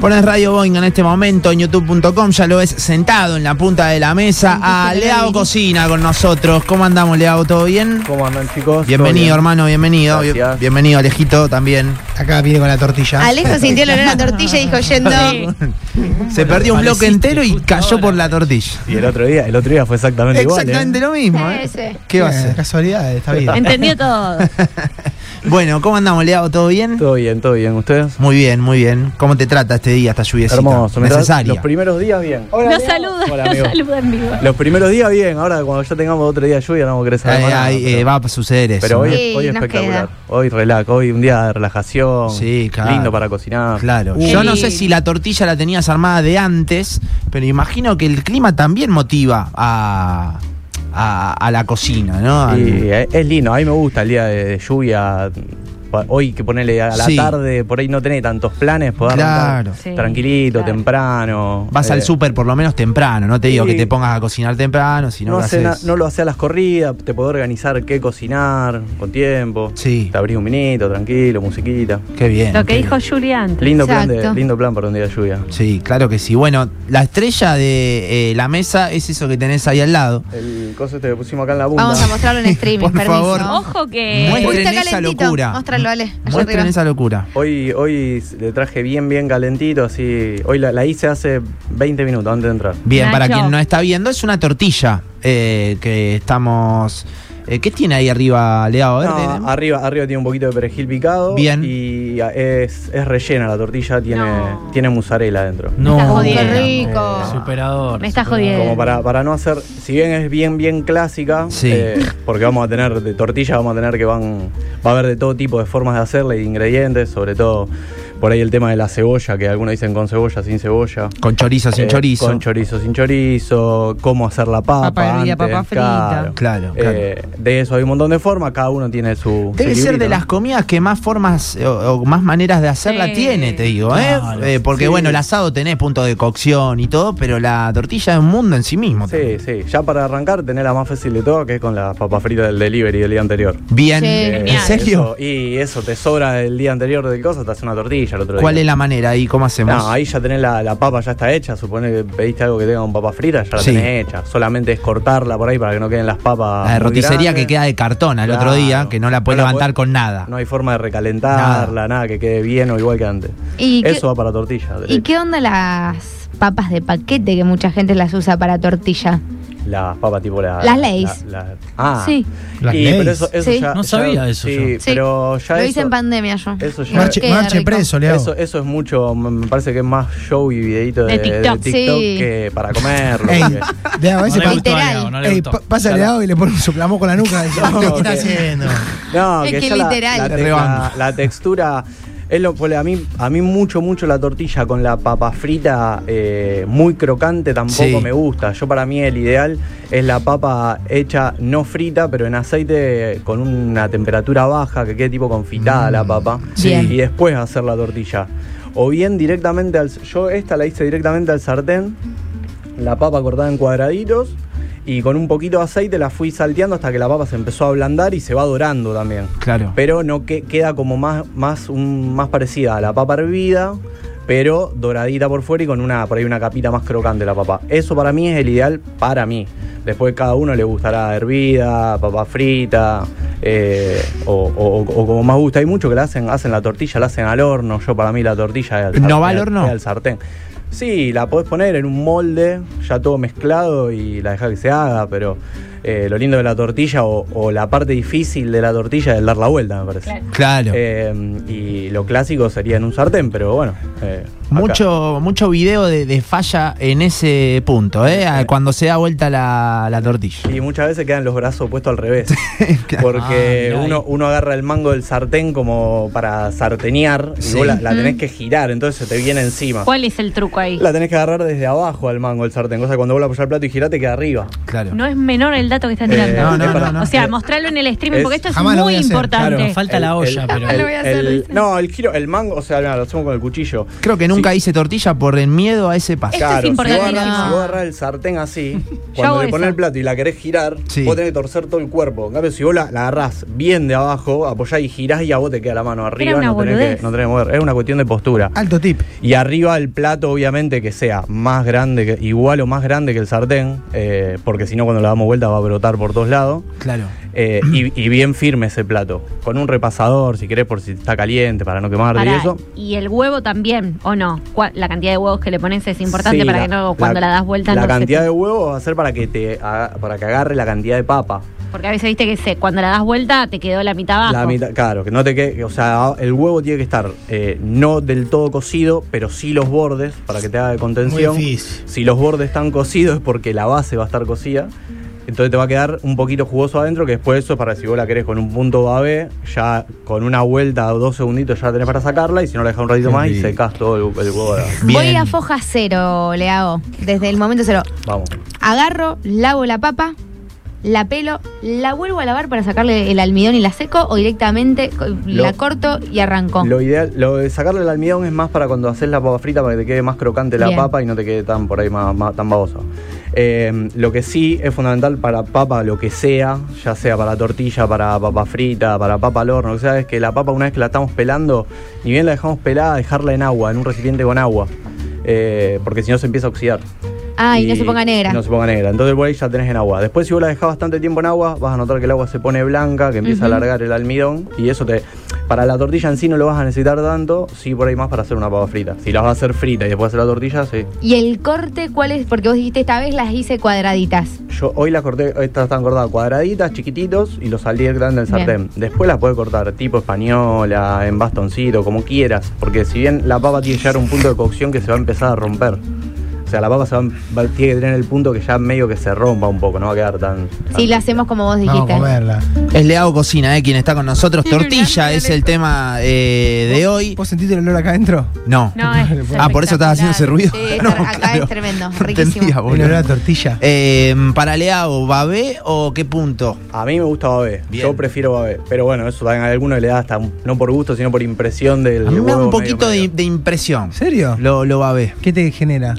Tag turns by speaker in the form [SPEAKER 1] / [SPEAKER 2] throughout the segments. [SPEAKER 1] Pones Radio Boing en este momento en youtube.com, ya lo ves sentado en la punta de la mesa a Leao Cocina con nosotros. ¿Cómo andamos, Leao? ¿Todo bien?
[SPEAKER 2] ¿Cómo andan, chicos?
[SPEAKER 1] Bienvenido, hermano, bienvenido. Bien-
[SPEAKER 2] Gracias.
[SPEAKER 1] Bienvenido, Alejito, también.
[SPEAKER 3] Acá viene con la tortilla.
[SPEAKER 4] Alejo sintió el olor a tortilla y dijo yendo.
[SPEAKER 1] Se perdió un bloque entero y cayó por la tortilla.
[SPEAKER 2] Y el otro día, el otro día fue exactamente igual.
[SPEAKER 1] Exactamente
[SPEAKER 2] ¿eh?
[SPEAKER 1] lo mismo, ¿eh?
[SPEAKER 4] Sí, sí.
[SPEAKER 1] ¿Qué va a ser?
[SPEAKER 3] Casualidad esta vida.
[SPEAKER 5] Entendió todo.
[SPEAKER 1] Bueno, ¿cómo andamos, Leao? ¿Todo bien?
[SPEAKER 2] Todo bien, todo bien. ¿Ustedes?
[SPEAKER 1] Muy bien, muy bien. ¿Cómo te trata este día, esta lluviecita?
[SPEAKER 2] Hermoso. mientras- Los
[SPEAKER 1] Necesaria.
[SPEAKER 2] primeros días bien.
[SPEAKER 5] Lo saluda,
[SPEAKER 2] Hola,
[SPEAKER 5] lo
[SPEAKER 2] amigo.
[SPEAKER 5] saluda en vivo.
[SPEAKER 2] Los primeros días bien. Ahora cuando ya tengamos otro día de lluvia no querés saber
[SPEAKER 1] Ay,
[SPEAKER 2] más nada,
[SPEAKER 1] ay, eh,
[SPEAKER 2] pero-
[SPEAKER 1] va a suceder eso.
[SPEAKER 2] Pero hoy,
[SPEAKER 1] ¿no?
[SPEAKER 2] es- hoy es
[SPEAKER 4] Sí, nos
[SPEAKER 2] espectacular.
[SPEAKER 4] queda.
[SPEAKER 2] Hoy relax, hoy un día de relajación.
[SPEAKER 1] Sí, claro.
[SPEAKER 2] Lindo para cocinar.
[SPEAKER 1] Claro.
[SPEAKER 5] Uh.
[SPEAKER 1] Yo
[SPEAKER 5] Qué
[SPEAKER 1] no sé
[SPEAKER 5] lindo.
[SPEAKER 1] si la tortilla la tenías armada de antes, pero imagino que el clima también motiva a, a, a la cocina, ¿no? Al-
[SPEAKER 2] Y eh, es lindo, a mí me gusta el día de, de lluvia. Pa- Hoy que ponele a la
[SPEAKER 1] Sí.
[SPEAKER 2] tarde, por ahí no tenés tantos planes, podés
[SPEAKER 1] Claro.
[SPEAKER 2] arrancar
[SPEAKER 5] Sí,
[SPEAKER 2] tranquilito,
[SPEAKER 5] claro.
[SPEAKER 2] temprano.
[SPEAKER 1] Vas
[SPEAKER 2] eh,
[SPEAKER 1] al súper por lo menos temprano, no te digo
[SPEAKER 2] sí.
[SPEAKER 1] que te pongas a cocinar temprano, sino
[SPEAKER 2] No,
[SPEAKER 1] que
[SPEAKER 2] hace na-
[SPEAKER 1] haces-
[SPEAKER 2] no lo hace a las corridas, te podés organizar qué cocinar con tiempo.
[SPEAKER 1] Sí.
[SPEAKER 2] Te abrís un minito, tranquilo, musiquita.
[SPEAKER 1] Qué bien.
[SPEAKER 5] Lo que
[SPEAKER 1] qué
[SPEAKER 5] dijo
[SPEAKER 1] bien.
[SPEAKER 5] Julián.
[SPEAKER 2] Lindo plan, de,
[SPEAKER 4] Exacto.
[SPEAKER 2] lindo plan para un día de lluvia.
[SPEAKER 1] Sí, claro que sí. Bueno, la estrella de eh, la mesa es eso que tenés ahí al lado.
[SPEAKER 2] El coso este que pusimos acá en la punta.
[SPEAKER 4] Vamos a mostrarlo en streaming,
[SPEAKER 1] Por
[SPEAKER 4] permiso.
[SPEAKER 1] favor.
[SPEAKER 4] Eh,
[SPEAKER 5] Ojo
[SPEAKER 1] Muestre.
[SPEAKER 5] que.
[SPEAKER 4] Uy, está
[SPEAKER 1] Muestren esa
[SPEAKER 4] calentito.
[SPEAKER 1] locura.
[SPEAKER 4] Móstralo, Ale. allá
[SPEAKER 1] Muestren
[SPEAKER 4] arriba.
[SPEAKER 1] esa locura.
[SPEAKER 2] Hoy, hoy le traje bien, bien calentito, así. Hoy la, la hice hace 20 minutos antes de entrar.
[SPEAKER 1] Bien, para
[SPEAKER 5] Nacho.
[SPEAKER 1] quien no está viendo, es una tortilla eh, que estamos... eh, ¿Qué tiene ahí arriba, Leao? A ver,
[SPEAKER 2] No,
[SPEAKER 1] tenemos-
[SPEAKER 2] arriba, arriba tiene un poquito de perejil picado.
[SPEAKER 1] Bien.
[SPEAKER 2] Y a- es, es rellena la tortilla, tiene,
[SPEAKER 5] No.
[SPEAKER 2] tiene mozzarella adentro.
[SPEAKER 5] Está
[SPEAKER 1] No,
[SPEAKER 4] Qué
[SPEAKER 5] jodiendo.
[SPEAKER 2] eh,
[SPEAKER 4] rico.
[SPEAKER 3] Superador.
[SPEAKER 5] Me está
[SPEAKER 2] Como
[SPEAKER 5] jodiendo.
[SPEAKER 2] para, para no hacer, si bien es bien, bien clásica,
[SPEAKER 1] Sí.
[SPEAKER 2] eh, porque vamos a tener de tortilla, vamos a tener que van, va a haber de todo tipo de formas de hacerla y de ingredientes, sobre todo por ahí el tema de la cebolla, que algunos dicen con cebolla, sin cebolla.
[SPEAKER 1] Con chorizo, sin
[SPEAKER 2] Eh,
[SPEAKER 1] chorizo.
[SPEAKER 2] Con chorizo, sin chorizo, cómo hacer la papa.
[SPEAKER 6] Papa hervida,
[SPEAKER 2] antes,
[SPEAKER 6] papa frita.
[SPEAKER 2] claro.
[SPEAKER 1] Claro,
[SPEAKER 2] Eh, de eso hay un montón de formas, cada uno tiene su.
[SPEAKER 1] Debe
[SPEAKER 2] su
[SPEAKER 1] ser
[SPEAKER 2] librito,
[SPEAKER 1] de
[SPEAKER 2] ¿no?
[SPEAKER 1] las comidas que más formas eh, o, o más maneras de hacerla
[SPEAKER 5] Sí.
[SPEAKER 1] tiene, te digo, ¿eh?
[SPEAKER 3] Claro,
[SPEAKER 1] Eh, porque
[SPEAKER 2] sí.
[SPEAKER 1] bueno, el asado tenés punto de cocción y todo, pero la tortilla es un mundo en sí mismo.
[SPEAKER 2] Sí,
[SPEAKER 1] también.
[SPEAKER 2] sí. Ya para arrancar, tenés la más fácil de todo, que es con las papas fritas del delivery del día anterior.
[SPEAKER 1] Bien,
[SPEAKER 4] Sí.
[SPEAKER 1] Eh, ¿en
[SPEAKER 5] Genial.
[SPEAKER 1] serio?
[SPEAKER 2] Eso- y eso te sobra del día anterior de cosas, te hace una tortilla el otro día.
[SPEAKER 1] ¿Cuál es la manera y cómo hacemos?
[SPEAKER 2] No, ahí ya tenés la, la papa, ya está hecha. Supone que pediste algo que tenga un papa frita, ya la
[SPEAKER 1] Sí.
[SPEAKER 2] tenés hecha. Solamente es cortarla por ahí para que no queden las papas.
[SPEAKER 1] la de
[SPEAKER 2] muy
[SPEAKER 1] roticería
[SPEAKER 2] grandes.
[SPEAKER 1] que queda de cartón al otro
[SPEAKER 2] Claro.
[SPEAKER 1] día, que no la puedes
[SPEAKER 2] No la
[SPEAKER 1] levantar
[SPEAKER 2] podés-
[SPEAKER 1] con nada.
[SPEAKER 2] No hay forma de
[SPEAKER 1] Nada.
[SPEAKER 2] recalentarla, nada, que quede bien o igual que antes.
[SPEAKER 4] ¿Y qué-
[SPEAKER 2] Eso eh. va para tortilla.
[SPEAKER 4] ¿Y
[SPEAKER 2] derecho.
[SPEAKER 4] qué onda las papas de paquete que mucha gente las usa para tortilla?
[SPEAKER 2] Las papas tipo la,
[SPEAKER 4] Las Lay's.
[SPEAKER 2] la- la- ah,
[SPEAKER 5] Sí.
[SPEAKER 3] Las
[SPEAKER 2] Y,
[SPEAKER 3] Lay's.
[SPEAKER 2] pero eso, eso
[SPEAKER 4] Sí.
[SPEAKER 2] ya-
[SPEAKER 6] No
[SPEAKER 2] ya-
[SPEAKER 6] sabía eso
[SPEAKER 2] Sí,
[SPEAKER 4] yo.
[SPEAKER 2] pero ya
[SPEAKER 4] Lo
[SPEAKER 2] eso-
[SPEAKER 4] hice en pandemia yo.
[SPEAKER 2] eso ya-
[SPEAKER 4] Me
[SPEAKER 2] Marche-
[SPEAKER 4] queda
[SPEAKER 3] marche
[SPEAKER 4] rico.
[SPEAKER 3] preso, Leo.
[SPEAKER 2] Eso, eso es mucho, me me parece que es más show y videito de,
[SPEAKER 5] De
[SPEAKER 2] de
[SPEAKER 5] TikTok.
[SPEAKER 2] TikTok,
[SPEAKER 4] Sí.
[SPEAKER 2] que para comerlo.
[SPEAKER 3] Ey,
[SPEAKER 2] porque-
[SPEAKER 3] Leo, a veces
[SPEAKER 4] le
[SPEAKER 3] pa-
[SPEAKER 4] gustó. Literal.
[SPEAKER 3] Ey, pa- pasa Leo y le pone un soplamó con la nuca. Y
[SPEAKER 2] No,
[SPEAKER 3] ¿Qué está
[SPEAKER 2] que-
[SPEAKER 3] haciendo?
[SPEAKER 2] No,
[SPEAKER 4] Es
[SPEAKER 2] que
[SPEAKER 4] que
[SPEAKER 2] ya la-
[SPEAKER 4] literal.
[SPEAKER 2] La,
[SPEAKER 1] Te
[SPEAKER 2] la-
[SPEAKER 1] rebanco.
[SPEAKER 2] la textura. Es lo, pues, a, mí, a mí mucho, mucho la tortilla con la papa frita eh, muy crocante tampoco
[SPEAKER 1] Sí.
[SPEAKER 2] me gusta. Yo para mí el ideal es la papa hecha no frita, pero en aceite con una temperatura baja, que quede tipo confitada la papa.
[SPEAKER 4] sí. Bien.
[SPEAKER 2] Y después hacer la tortilla. O bien directamente al... Yo esta la hice directamente al sartén, la papa cortada en cuadraditos y con un poquito de aceite la fui salteando hasta que la papa se empezó a ablandar y se va dorando también.
[SPEAKER 1] Claro.
[SPEAKER 2] Pero no que, queda como más, más, un- más parecida a la papa hervida, pero doradita por fuera y con una, por ahí una capita más crocante la papa. Eso para mí es el ideal para mí. Después cada uno le gustará hervida, papa frita, eh, o, o- o como más gusta. Hay muchos que la hacen, hacen la tortilla, la hacen al horno. Yo para mí la tortilla es
[SPEAKER 1] ¿No
[SPEAKER 2] al sartén,
[SPEAKER 1] va al horno?
[SPEAKER 2] es al sartén. Sí, la podés poner en un molde, ya todo mezclado y la dejás que se haga, pero eh, lo lindo de la tortilla o, o la parte difícil de la tortilla es el dar la vuelta, me parece.
[SPEAKER 1] Claro.
[SPEAKER 2] Eh, y lo clásico sería en un sartén, pero bueno. eh, acá.
[SPEAKER 1] Mucho, mucho video de, de falla en ese punto, ¿eh? Ah, Cuando se da vuelta la, la tortilla.
[SPEAKER 2] Y muchas veces quedan los brazos puestos al revés.
[SPEAKER 6] Ah,
[SPEAKER 2] Porque
[SPEAKER 6] mirá ahí.
[SPEAKER 2] uno, uno agarra el mango del sartén como para sartenear y
[SPEAKER 1] Sí.
[SPEAKER 2] vos la, la tenés que girar, entonces se te viene encima.
[SPEAKER 5] ¿Cuál es el truco ahí?
[SPEAKER 2] La tenés que agarrar desde abajo al mango del sartén, cosa que cuando vos la apoyás al plato y girás te queda arriba.
[SPEAKER 1] Claro.
[SPEAKER 5] No es menor el dato que estás
[SPEAKER 2] Eh,
[SPEAKER 5] tirando.
[SPEAKER 1] no, no,
[SPEAKER 2] es para-
[SPEAKER 1] no, no.
[SPEAKER 5] O sea,
[SPEAKER 2] eh,
[SPEAKER 5] mostrarlo en el streaming
[SPEAKER 2] es-
[SPEAKER 5] porque esto es
[SPEAKER 3] Jamás lo voy
[SPEAKER 5] muy
[SPEAKER 3] a hacer,
[SPEAKER 5] importante.
[SPEAKER 6] Claro, falta la olla, pero.
[SPEAKER 5] Lo voy a hacer,
[SPEAKER 2] el-
[SPEAKER 5] dice.
[SPEAKER 2] no, el giro, el mango, o sea, nada, lo hacemos con el cuchillo.
[SPEAKER 1] Creo que nunca hice tortilla por el miedo a ese paso.
[SPEAKER 5] Esto es
[SPEAKER 2] Si vos,
[SPEAKER 5] importantísimo.
[SPEAKER 2] agarrás, si vos agarrás el sartén así,
[SPEAKER 5] hago
[SPEAKER 2] cuando le
[SPEAKER 5] eso.
[SPEAKER 2] pones el plato y la querés girar,
[SPEAKER 1] Sí.
[SPEAKER 2] vos tenés que torcer todo el cuerpo. En cambio, si vos la, la agarrás bien de abajo, apoyás y girás y a vos te queda la mano arriba,
[SPEAKER 5] una
[SPEAKER 2] no tenés,
[SPEAKER 5] boludez.
[SPEAKER 2] que, no tenés que mover. Es una cuestión de postura.
[SPEAKER 3] Alto tip.
[SPEAKER 2] Y arriba el plato, obviamente, que sea más grande, que, igual o más grande que el sartén, eh, porque si no, cuando le damos vuelta va a brotar por todos lados.
[SPEAKER 3] Claro.
[SPEAKER 2] Eh, y, y bien firme ese plato. Con un repasador, si querés, por si está caliente, para no quemarte
[SPEAKER 5] Pará,
[SPEAKER 2] y eso.
[SPEAKER 5] y el huevo también, ¿o no? ¿Cuál- La cantidad de huevos que le pones es importante
[SPEAKER 2] Sí,
[SPEAKER 5] para
[SPEAKER 2] la-
[SPEAKER 5] que no, cuando la, das vuelta
[SPEAKER 2] La
[SPEAKER 5] no
[SPEAKER 2] cantidad
[SPEAKER 5] se
[SPEAKER 2] de
[SPEAKER 5] te-
[SPEAKER 2] huevos va a ser para que te haga- para que agarre la cantidad de papa.
[SPEAKER 5] Porque a veces viste que se, cuando la das vuelta te quedó la mitad abajo.
[SPEAKER 2] La mitad, claro, que no te quede, o sea, el huevo tiene que estar eh, no del todo cocido, pero sí los bordes para que te haga de contención.
[SPEAKER 3] Muy difícil.
[SPEAKER 2] Si los bordes están cocidos es porque la base va a estar cocida. Entonces te va a quedar un poquito jugoso adentro, que después eso es para si vos la querés con un punto babe, ya con una vuelta o dos segunditos ya la tenés para sacarla y si no la dejás un ratito
[SPEAKER 1] Qué
[SPEAKER 2] más y
[SPEAKER 1] rico.
[SPEAKER 2] secás todo el, el huevo. de-
[SPEAKER 4] Voy
[SPEAKER 1] Bien.
[SPEAKER 4] a foja cero, le hago. Desde el momento cero.
[SPEAKER 2] Vamos.
[SPEAKER 4] Agarro, lavo la papa, la pelo, la vuelvo a lavar para sacarle el almidón y la seco o directamente co-
[SPEAKER 2] Lo-
[SPEAKER 4] la corto y arranco.
[SPEAKER 2] Lo ideal, lo de sacarle el almidón es más para cuando haces la papa frita para que te quede más crocante la
[SPEAKER 4] Bien.
[SPEAKER 2] papa y no te quede tan por ahí más, más- tan babosa. Eh, lo que sí es fundamental para papa, lo que sea, ya sea para tortilla, para papa frita, para papa al horno, o sea, es que la papa una vez que la estamos pelando, ni bien la dejamos pelada, dejarla en agua, en un recipiente con agua, eh, porque si no se empieza a oxidar.
[SPEAKER 4] Ay, no se ponga negra.
[SPEAKER 2] No se ponga negra. Entonces por ahí ya tenés en agua. Después si vos la dejás bastante tiempo en agua, vas a notar que el agua se pone blanca, que empieza a alargar el almidón y eso te... Para la tortilla en sí no lo vas a necesitar tanto, sí por ahí más para hacer una papa frita. Si la vas a hacer frita y después hacer la tortilla, sí.
[SPEAKER 4] ¿Y el corte cuál es? Porque vos dijiste esta vez las hice cuadraditas.
[SPEAKER 2] Yo hoy las corté, estas están cortadas cuadraditas, chiquititos y los salí directamente del
[SPEAKER 4] Bien.
[SPEAKER 2] sartén. Después las puedes cortar tipo española, en bastoncito, como quieras. Porque si bien la papa tiene que llegar a un punto de cocción que se va a empezar a romper. O sea, la papa se va, va- tiene que tener el punto que ya medio que se rompa un poco, no va a quedar tan...
[SPEAKER 4] Sí,
[SPEAKER 2] tan-
[SPEAKER 4] la hacemos como vos
[SPEAKER 3] Vamos
[SPEAKER 4] dijiste.
[SPEAKER 3] a comerla.
[SPEAKER 1] Es Leao Cocina, eh, quien está con nosotros. Tortilla es el tema eh, de hoy.
[SPEAKER 3] ¿Vos sentiste el olor acá adentro?
[SPEAKER 1] No.
[SPEAKER 5] No, es
[SPEAKER 1] Ah, por eso estás haciendo ese ruido.
[SPEAKER 4] Sí, está-
[SPEAKER 1] No,
[SPEAKER 4] acá
[SPEAKER 1] claro.
[SPEAKER 4] es tremendo,
[SPEAKER 1] No
[SPEAKER 4] riquísimo.
[SPEAKER 1] entendía,
[SPEAKER 3] El olor
[SPEAKER 1] boludo.
[SPEAKER 3] a tortilla.
[SPEAKER 1] Eh, para Leao, ¿babé o qué punto?
[SPEAKER 2] A mí me gusta babé.
[SPEAKER 1] Bien.
[SPEAKER 2] Yo prefiero babé. Pero bueno, eso también a alguno le da hasta, un- no por gusto, sino por impresión del.
[SPEAKER 1] A mí me da un
[SPEAKER 2] huevo medio
[SPEAKER 1] poquito de,
[SPEAKER 2] medio.
[SPEAKER 1] de impresión.
[SPEAKER 3] ¿En serio?
[SPEAKER 1] Lo, lo babé.
[SPEAKER 3] ¿Qué te genera?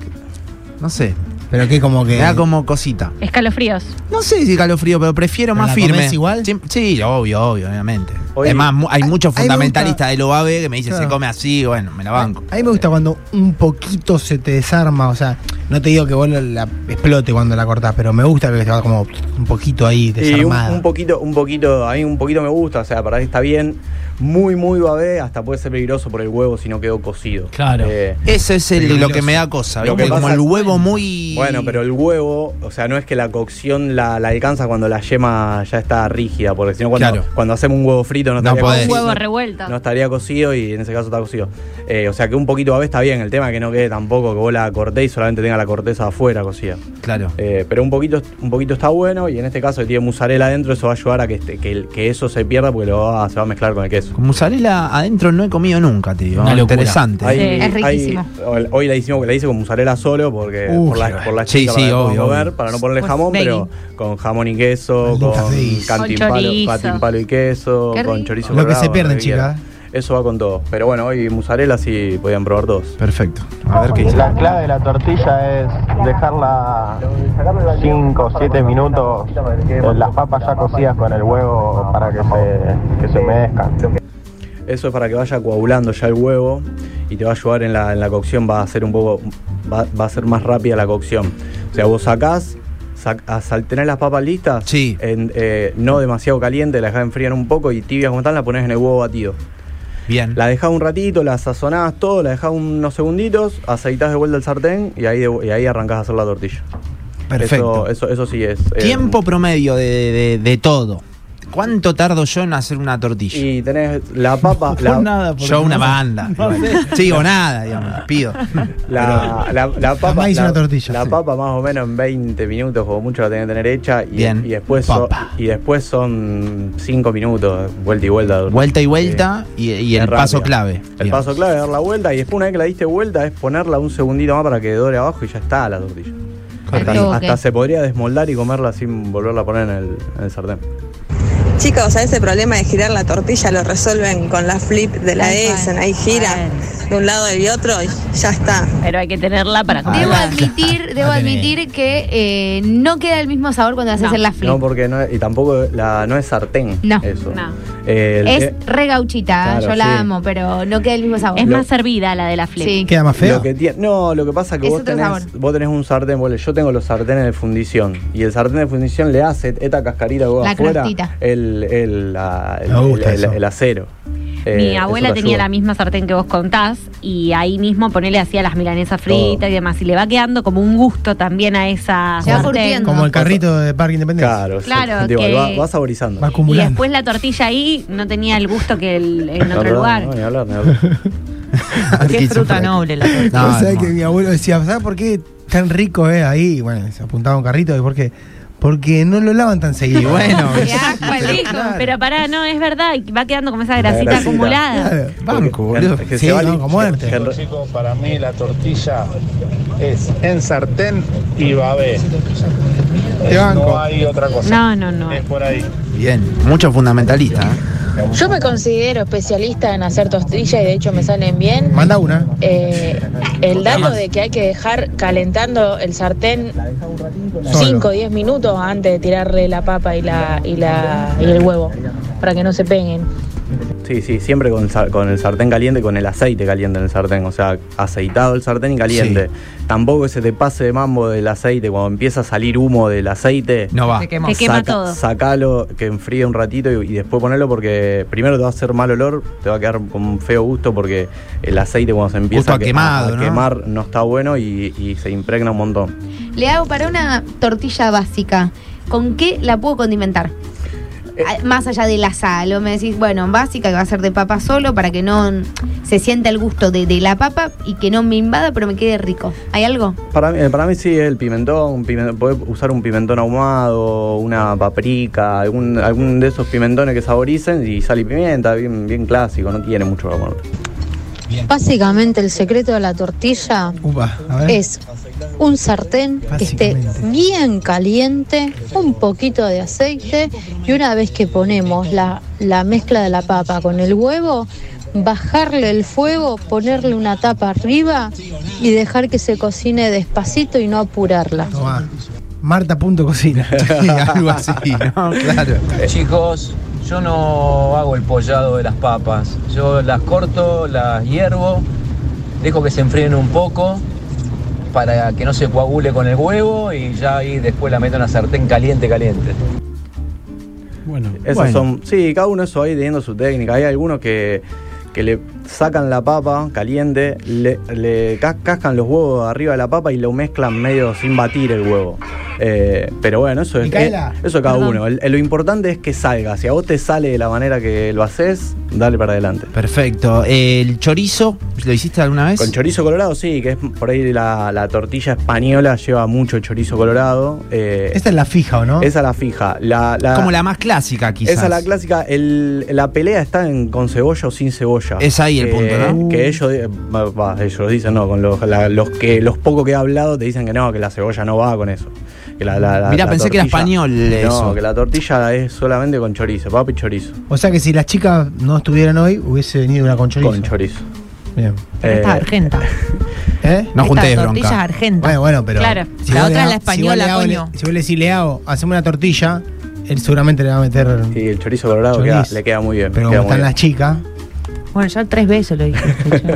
[SPEAKER 1] No sé.
[SPEAKER 3] Pero que como que.
[SPEAKER 1] Me da como cosita.
[SPEAKER 5] Escalofríos.
[SPEAKER 1] No sé si calofrío, pero prefiero
[SPEAKER 3] ¿Pero
[SPEAKER 1] más
[SPEAKER 3] la
[SPEAKER 1] firme.
[SPEAKER 3] comés igual?
[SPEAKER 1] Sí, sí, obvio, obvio, obviamente.
[SPEAKER 2] Oye,
[SPEAKER 1] Además, mu- hay muchos
[SPEAKER 3] a mí me
[SPEAKER 1] fundamentalistas
[SPEAKER 3] gusta-
[SPEAKER 1] de lo babe que me dicen
[SPEAKER 3] Claro.
[SPEAKER 1] se come así, bueno, me la
[SPEAKER 2] Ah.
[SPEAKER 1] banco.
[SPEAKER 3] A mí me gusta cuando un poquito se te desarma, o sea, no te digo que vos la, la explote cuando la cortás, pero me gusta que va como un poquito ahí
[SPEAKER 2] Y un,
[SPEAKER 3] desarmada.
[SPEAKER 2] un poquito, un poquito, a mí un poquito me gusta, o sea, para mí está bien. Muy, muy babé, hasta puede ser peligroso por el huevo si no quedó cocido.
[SPEAKER 6] Claro.
[SPEAKER 2] Eh,
[SPEAKER 1] Ese es el- lo que me da cosa,
[SPEAKER 2] Lo
[SPEAKER 1] ¿viste?
[SPEAKER 2] que
[SPEAKER 1] como
[SPEAKER 2] pasa-
[SPEAKER 1] el huevo muy...
[SPEAKER 2] Bueno, pero el huevo, o sea, no es que la cocción la, la alcanza cuando la yema ya está rígida, porque si no, cuando,
[SPEAKER 1] Claro.
[SPEAKER 2] cuando hacemos un huevo frito no,
[SPEAKER 1] No
[SPEAKER 2] estaría
[SPEAKER 1] podés.
[SPEAKER 2] cocido,
[SPEAKER 5] Huevo
[SPEAKER 2] no-
[SPEAKER 5] revuelto.
[SPEAKER 2] No estaría cocido y en ese caso está cocido. Eh, o sea que un poquito babé está bien, el tema es que no quede tampoco que vos la cortés y solamente tenga la corteza afuera cocida.
[SPEAKER 1] Claro.
[SPEAKER 2] Eh, pero un poquito, un poquito está bueno y en este caso que tiene mozzarella adentro, eso va a ayudar a que, este- que, el- que eso se pierda porque lo va- se va a mezclar con el queso.
[SPEAKER 1] Con mozzarella adentro no he comido nunca, te digo.
[SPEAKER 6] Una locura.
[SPEAKER 1] Interesante. ¿eh?
[SPEAKER 2] Hay-
[SPEAKER 5] Sí.
[SPEAKER 4] Es riquísimo.
[SPEAKER 2] hay- hoy la hicimos, la hice con mozzarella solo porque
[SPEAKER 3] Uy,
[SPEAKER 2] por la, por la
[SPEAKER 1] sí,
[SPEAKER 2] chica
[SPEAKER 1] sí,
[SPEAKER 2] para,
[SPEAKER 1] obvio,
[SPEAKER 2] comer,
[SPEAKER 1] obvio.
[SPEAKER 2] para no ponerle
[SPEAKER 5] Pues,
[SPEAKER 2] jamón,
[SPEAKER 5] veggie.
[SPEAKER 2] pero con jamón y queso, con
[SPEAKER 3] Maldita sea.
[SPEAKER 5] Con
[SPEAKER 2] cantimpalo,
[SPEAKER 5] chorizo.
[SPEAKER 2] cantimpalo y queso,
[SPEAKER 4] Qué
[SPEAKER 2] con
[SPEAKER 4] rico.
[SPEAKER 2] chorizo.
[SPEAKER 3] Lo que
[SPEAKER 2] colorado,
[SPEAKER 3] se pierden,
[SPEAKER 2] lo que quieran.
[SPEAKER 3] chica.
[SPEAKER 2] Eso va con todo. Pero bueno, hoy mozzarella sí podían probar dos.
[SPEAKER 1] Perfecto. A ver qué dice.
[SPEAKER 7] La clave de la tortilla es dejarla 5 o 7 minutos, eh, las papas ya cocidas con el huevo para que se, que se humedezcan.
[SPEAKER 2] Eso es para que vaya coagulando ya el huevo y te va a ayudar en la, en la cocción, va a ser un poco, va, va a ser más rápida la cocción. O sea, vos sacás, sac- as- al tener las papas listas,
[SPEAKER 1] Sí.
[SPEAKER 2] en- eh, no demasiado caliente, las dejás enfriar un poco y tibias como están, las pones en el huevo batido.
[SPEAKER 1] Bien.
[SPEAKER 2] La dejás un ratito, la sazonás todo, la dejás unos segunditos, aceitas de vuelta el sartén y ahí, de- y ahí arrancás a hacer la tortilla.
[SPEAKER 1] Perfecto.
[SPEAKER 2] Eso, eso, eso sí es. eh,
[SPEAKER 1] Tiempo promedio de, de- de todo. ¿Cuánto tardo yo en hacer una tortilla?
[SPEAKER 2] Y tenés la papa. Ah, la-
[SPEAKER 1] yo una banda. Sí, o nada, digamos, pido.
[SPEAKER 2] La, la, la papa,
[SPEAKER 3] hice
[SPEAKER 2] la,
[SPEAKER 3] una tortilla,
[SPEAKER 2] la
[SPEAKER 3] sí.
[SPEAKER 2] papa más o menos en 20 minutos, como mucho la tenés que tener hecha. Y,
[SPEAKER 1] Bien.
[SPEAKER 2] y después so-
[SPEAKER 1] Papa.
[SPEAKER 2] y después son 5 minutos, vuelta y vuelta.
[SPEAKER 1] Vuelta y vuelta y, y
[SPEAKER 2] Es
[SPEAKER 1] el paso
[SPEAKER 2] rápida.
[SPEAKER 1] clave.
[SPEAKER 2] El
[SPEAKER 1] digamos.
[SPEAKER 2] paso clave es dar la vuelta y después una vez que la diste vuelta es ponerla un segundito más para que dore abajo y ya está la tortilla.
[SPEAKER 4] Al
[SPEAKER 2] Hasta,
[SPEAKER 4] toque.
[SPEAKER 2] hasta se podría desmoldar y comerla sin volverla a poner en el, en el sartén.
[SPEAKER 6] Chicos, a ese problema de girar la tortilla lo resuelven con la flip de la
[SPEAKER 4] Tal cual.
[SPEAKER 6] Essen. Ahí gira de un lado y otro y ya está.
[SPEAKER 5] Pero hay que tenerla para comer.
[SPEAKER 4] Debo
[SPEAKER 3] Ah,
[SPEAKER 4] admitir, debo
[SPEAKER 3] la tenés.
[SPEAKER 4] admitir que eh, no queda el mismo sabor cuando haces
[SPEAKER 5] No.
[SPEAKER 4] en la flip.
[SPEAKER 2] No, porque no, es- y tampoco la, no es sartén.
[SPEAKER 4] No.
[SPEAKER 2] Eso.
[SPEAKER 5] No.
[SPEAKER 2] El-
[SPEAKER 4] es
[SPEAKER 2] eh,
[SPEAKER 4] re gauchita,
[SPEAKER 2] Claro,
[SPEAKER 4] yo la
[SPEAKER 2] sí.
[SPEAKER 4] amo, pero no queda el mismo sabor.
[SPEAKER 5] Es
[SPEAKER 2] Lo-
[SPEAKER 5] más servida la de la flip.
[SPEAKER 4] sí.
[SPEAKER 3] ¿Queda más feo?
[SPEAKER 2] Lo que tie- no, lo que pasa es que
[SPEAKER 4] Es
[SPEAKER 2] vos
[SPEAKER 4] otro
[SPEAKER 2] tenés,
[SPEAKER 4] sabor.
[SPEAKER 2] vos tenés un sartén, vos le- yo tengo los sartenes de fundición y el sartén de fundición le hace esta cascarita que va
[SPEAKER 4] La
[SPEAKER 2] afuera
[SPEAKER 4] crostita.
[SPEAKER 2] el, el, la- el-
[SPEAKER 3] Me gusta
[SPEAKER 2] el-
[SPEAKER 3] eso.
[SPEAKER 2] el acero. Eh,
[SPEAKER 5] Mi abuela tenía la misma sartén que vos contás y ahí mismo ponele hacía las milanesas fritas y demás. Y le va quedando como un gusto también a esa
[SPEAKER 4] Se va
[SPEAKER 5] sartén.
[SPEAKER 4] curtiendo.
[SPEAKER 3] Como el carrito de Parque Independencia.
[SPEAKER 2] Claro, sí.
[SPEAKER 5] Claro
[SPEAKER 2] Digo,
[SPEAKER 5] que-
[SPEAKER 2] va, va saborizando.
[SPEAKER 3] Va
[SPEAKER 5] Y
[SPEAKER 3] acumulando.
[SPEAKER 5] después la tortilla ahí no tenía el gusto que el- en
[SPEAKER 2] No,
[SPEAKER 5] otro
[SPEAKER 2] no,
[SPEAKER 5] lugar.
[SPEAKER 2] no, ni hablar, ni hablar.
[SPEAKER 8] Qué fruta noble la torta.
[SPEAKER 1] No,
[SPEAKER 3] Vos sabés
[SPEAKER 1] hermoso.
[SPEAKER 3] que mi abuelo decía, ¿sabes por qué tan rico es ahí? Y Bueno, se apuntaba un carrito y por qué. Porque no lo lavan tan seguido.
[SPEAKER 1] Y bueno,
[SPEAKER 4] Qué asco, el hijo.
[SPEAKER 5] Pero pará, no, es verdad, y va quedando como esa grasita,
[SPEAKER 2] grasita.
[SPEAKER 5] acumulada.
[SPEAKER 3] Claro, banco,
[SPEAKER 2] Porque-
[SPEAKER 3] boludo.
[SPEAKER 2] es que
[SPEAKER 3] Sí,
[SPEAKER 2] se va li-
[SPEAKER 3] banco, muerte.
[SPEAKER 2] se- se-
[SPEAKER 9] Chicos, para mí la tortilla es en sartén y babé.
[SPEAKER 3] Te banco.
[SPEAKER 9] No hay otra cosa.
[SPEAKER 5] No, no, no.
[SPEAKER 9] Es por ahí.
[SPEAKER 1] bien. Mucho fundamentalista. ¿eh?
[SPEAKER 10] Yo me considero especialista en hacer tostillas y de hecho me salen bien.
[SPEAKER 3] Manda una.
[SPEAKER 10] Eh, el dato de que hay que dejar calentando el sartén
[SPEAKER 3] Solo.
[SPEAKER 10] 5 o 10 minutos antes de tirarle la papa y, la, y, la, y el huevo para que no se peguen.
[SPEAKER 2] Sí, sí, siempre con, sar- con el sartén caliente, y con el aceite caliente en el sartén. O sea, aceitado el sartén y caliente. Tampoco que se te pase de mambo del aceite. Cuando empieza a salir humo del aceite,
[SPEAKER 1] No va.
[SPEAKER 8] Te quemó.
[SPEAKER 5] Te quema todo.
[SPEAKER 2] sacalo, que enfríe un ratito y, y después ponelo porque primero te va a hacer mal olor, te va a quedar con un feo gusto porque el aceite cuando se empieza
[SPEAKER 1] Gusto a
[SPEAKER 2] que-
[SPEAKER 1] quemado,
[SPEAKER 2] a
[SPEAKER 1] ¿no?
[SPEAKER 2] quemar no está bueno y, y se impregna un montón.
[SPEAKER 4] Le hago para una tortilla básica. ¿Con qué la puedo condimentar?
[SPEAKER 2] Eh.
[SPEAKER 4] Ah, Más allá de la sal, o me decís, bueno, básica que va a ser de papa solo para que no se sienta el gusto de, de la papa y que no me invada, pero me quede rico. ¿Hay algo?
[SPEAKER 2] Para mí, eh, para mí sí es el pimentón, pimentón podés usar un pimentón ahumado, una paprika, algún, algún de esos pimentones que saboricen y sal y pimienta, bien, bien clásico, no tiene mucho amor.
[SPEAKER 11] Básicamente el secreto de la tortilla
[SPEAKER 3] Upa, a ver.
[SPEAKER 11] es un sartén que esté
[SPEAKER 3] Básicamente.
[SPEAKER 8] mm.
[SPEAKER 11] bien caliente, un poquito de aceite y una vez que ponemos la, la mezcla de la papa con el huevo, bajarle el fuego, ponerle una tapa arriba y dejar que se cocine despacito y no apurarla.
[SPEAKER 3] Tomá. Marta.cocina. Sí, algo así, ¿no? Claro.
[SPEAKER 9] Chicos, yo no hago el pollado de las papas. Yo las corto, las hiervo, dejo que se enfríen un poco para que no se coagule con el huevo y ya ahí después la meto en la sartén caliente, caliente.
[SPEAKER 3] Bueno,
[SPEAKER 2] Esas son, sí, cada uno eso ahí teniendo su técnica. Hay algunos que, que le sacan la papa caliente, le, le ca- cascan los huevos arriba de la papa y lo mezclan medio sin batir el huevo. Eh, pero bueno, eso es eh,
[SPEAKER 3] Micaela.
[SPEAKER 2] eso cada
[SPEAKER 5] Perdón.
[SPEAKER 2] uno. El- el- lo importante es que salga. Si a vos te sale de la manera que lo haces, dale para adelante.
[SPEAKER 1] Perfecto. El chorizo, ¿lo hiciste alguna vez?
[SPEAKER 2] Con chorizo colorado, sí, que es por ahí la, la tortilla española lleva mucho chorizo colorado. eh,
[SPEAKER 3] Esta es la fija, ¿o no?
[SPEAKER 2] Esa es la fija. La, la-
[SPEAKER 1] Como la más clásica, quizás.
[SPEAKER 2] Esa es la clásica. El- la pelea está en con cebolla o sin cebolla.
[SPEAKER 1] Es ahí el
[SPEAKER 2] Que-
[SPEAKER 1] punto, ¿no?
[SPEAKER 3] Uh.
[SPEAKER 2] Que ellos, di- va- va, ellos dicen, no, con los, la- los que los pocos que he hablado te dicen que no, que la cebolla no va con eso. Que la, la- la-
[SPEAKER 1] Mirá,
[SPEAKER 2] la
[SPEAKER 1] pensé que era español
[SPEAKER 2] No,
[SPEAKER 1] eso.
[SPEAKER 2] que la tortilla es solamente con chorizo, papi chorizo.
[SPEAKER 3] O sea que si las chicas no estuvieran hoy, hubiese venido una con chorizo.
[SPEAKER 2] Con chorizo.
[SPEAKER 3] Bien.
[SPEAKER 8] Pero esta
[SPEAKER 2] Eh,
[SPEAKER 8] argenta.
[SPEAKER 3] ¿Eh?
[SPEAKER 1] No juntes
[SPEAKER 8] Esta tortilla
[SPEAKER 1] bronca.
[SPEAKER 8] argenta.
[SPEAKER 3] Bueno, bueno, pero.
[SPEAKER 5] Claro.
[SPEAKER 8] La
[SPEAKER 3] vos
[SPEAKER 8] otra
[SPEAKER 3] le
[SPEAKER 8] es
[SPEAKER 3] ha-
[SPEAKER 8] la española,
[SPEAKER 3] si vos le hago-
[SPEAKER 8] coño.
[SPEAKER 3] le- si vos le decís, le hago, hacemos una tortilla, él seguramente le va a meter.
[SPEAKER 2] Sí, el chorizo colorado
[SPEAKER 3] Chorizo.
[SPEAKER 2] queda- le queda muy bien.
[SPEAKER 3] Pero
[SPEAKER 2] queda
[SPEAKER 3] como
[SPEAKER 2] muy
[SPEAKER 3] están
[SPEAKER 2] bien.
[SPEAKER 3] las chicas,
[SPEAKER 8] Bueno, ya tres veces lo dije.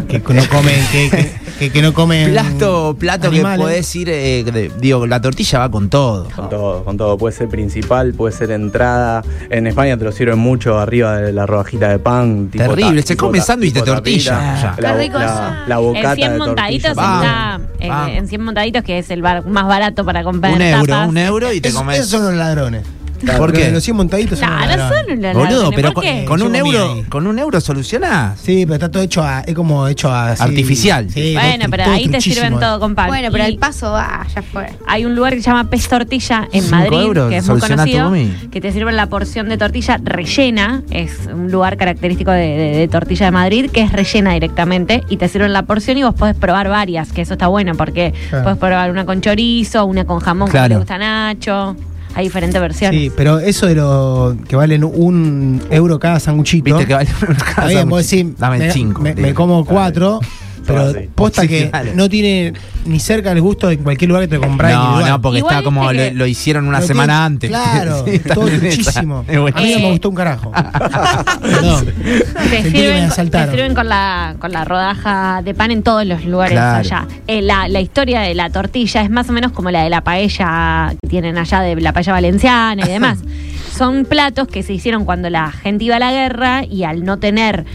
[SPEAKER 3] que no comen, que, que, que- que no comen.
[SPEAKER 1] Plato, plato que
[SPEAKER 3] animales.
[SPEAKER 1] podés ir, eh, de- digo, la tortilla va con todo.
[SPEAKER 2] Con todo, con todo. Puede ser principal, puede ser entrada. En España te lo sirven mucho arriba de la rodajita de pan. tipo
[SPEAKER 1] Terrible,
[SPEAKER 2] ta-
[SPEAKER 1] se
[SPEAKER 2] tipo
[SPEAKER 1] come
[SPEAKER 2] ta-
[SPEAKER 1] sándwich de
[SPEAKER 2] tipo
[SPEAKER 1] tortilla. Ah,
[SPEAKER 2] tapita,
[SPEAKER 1] Ya.
[SPEAKER 2] La,
[SPEAKER 4] Qué rico
[SPEAKER 2] la-
[SPEAKER 4] eso.
[SPEAKER 2] la bocata
[SPEAKER 5] En 100
[SPEAKER 2] de tortilla.
[SPEAKER 5] montaditos
[SPEAKER 1] Vamos,
[SPEAKER 5] está. eh,
[SPEAKER 1] vamos.
[SPEAKER 5] En 100 montaditos, que es el bar más barato para comprar
[SPEAKER 1] Un euro,
[SPEAKER 5] tapas.
[SPEAKER 1] un euro y te
[SPEAKER 3] Es-
[SPEAKER 1] comes.
[SPEAKER 3] Esos son los ladrones. Claro,
[SPEAKER 1] ¿Por
[SPEAKER 3] los
[SPEAKER 1] qué?
[SPEAKER 3] de Los 100 montaditos son
[SPEAKER 5] No,
[SPEAKER 3] unos
[SPEAKER 5] no
[SPEAKER 3] ladrones.
[SPEAKER 5] son un ladrones,
[SPEAKER 1] Boludo, pero con,
[SPEAKER 5] ¿por qué?
[SPEAKER 1] con un
[SPEAKER 3] Yo comí
[SPEAKER 1] euro,
[SPEAKER 3] ahí.
[SPEAKER 1] con un euro solucionás.
[SPEAKER 3] Sí, pero está todo hecho a. Es como hecho a. así-
[SPEAKER 1] Artificial.
[SPEAKER 3] Sí,
[SPEAKER 5] Bueno,
[SPEAKER 3] todo
[SPEAKER 5] pero
[SPEAKER 3] tru-
[SPEAKER 5] ahí te
[SPEAKER 3] truchísimo,
[SPEAKER 5] sirven
[SPEAKER 3] eh.
[SPEAKER 5] todo con pan.
[SPEAKER 4] Bueno, pero
[SPEAKER 5] Y
[SPEAKER 4] el paso va, ya fue.
[SPEAKER 5] Hay un lugar que se llama Pez Tortilla en
[SPEAKER 1] Cinco
[SPEAKER 5] Madrid,
[SPEAKER 1] euros,
[SPEAKER 5] que es muy
[SPEAKER 1] solucioná tu
[SPEAKER 5] conocido,
[SPEAKER 1] gumi.
[SPEAKER 5] que te sirven la porción de tortilla rellena. Es un lugar característico de, de- de tortilla de Madrid, que es rellena directamente y te sirven la porción y vos podés probar varias, que eso está bueno porque
[SPEAKER 3] Claro.
[SPEAKER 5] podés probar una con chorizo, una con jamón que
[SPEAKER 1] Claro.
[SPEAKER 5] le gusta a Nacho. Hay diferentes versiones.
[SPEAKER 3] Sí, pero eso de lo que valen un euro cada sanguchito.
[SPEAKER 1] Viste que vale una casa.
[SPEAKER 3] Está bien, vos decís,
[SPEAKER 1] Dame
[SPEAKER 3] me,
[SPEAKER 1] cinco.
[SPEAKER 3] me- me
[SPEAKER 1] dile.
[SPEAKER 3] como cuatro, pero
[SPEAKER 2] Sí.
[SPEAKER 3] posta
[SPEAKER 1] Sí,
[SPEAKER 3] que
[SPEAKER 1] dale.
[SPEAKER 3] no tiene ni cerca el gusto de cualquier lugar que te compras.
[SPEAKER 1] No, no, porque
[SPEAKER 5] Igual
[SPEAKER 1] está como
[SPEAKER 5] viste
[SPEAKER 1] lo,
[SPEAKER 5] que-
[SPEAKER 1] lo hicieron una
[SPEAKER 3] Pero
[SPEAKER 1] semana
[SPEAKER 3] tiene-
[SPEAKER 1] antes.
[SPEAKER 3] Claro,
[SPEAKER 1] Sí, están
[SPEAKER 3] todo
[SPEAKER 1] en esa.
[SPEAKER 3] muchísimo.
[SPEAKER 1] Es
[SPEAKER 3] A mí no
[SPEAKER 1] buenísimo.
[SPEAKER 3] me gustó un carajo. Perdón.
[SPEAKER 5] Te
[SPEAKER 3] Sentí
[SPEAKER 5] sirven,
[SPEAKER 3] que me
[SPEAKER 5] con- te
[SPEAKER 3] asaltaron.
[SPEAKER 5] sirven con la, con la rodaja de pan en todos los lugares
[SPEAKER 1] Claro.
[SPEAKER 5] allá. Eh, la, la historia de la tortilla es más o menos como la de la paella que tienen allá, de la paella valenciana y demás. Son platos que se hicieron cuando la gente iba a la guerra y al no tener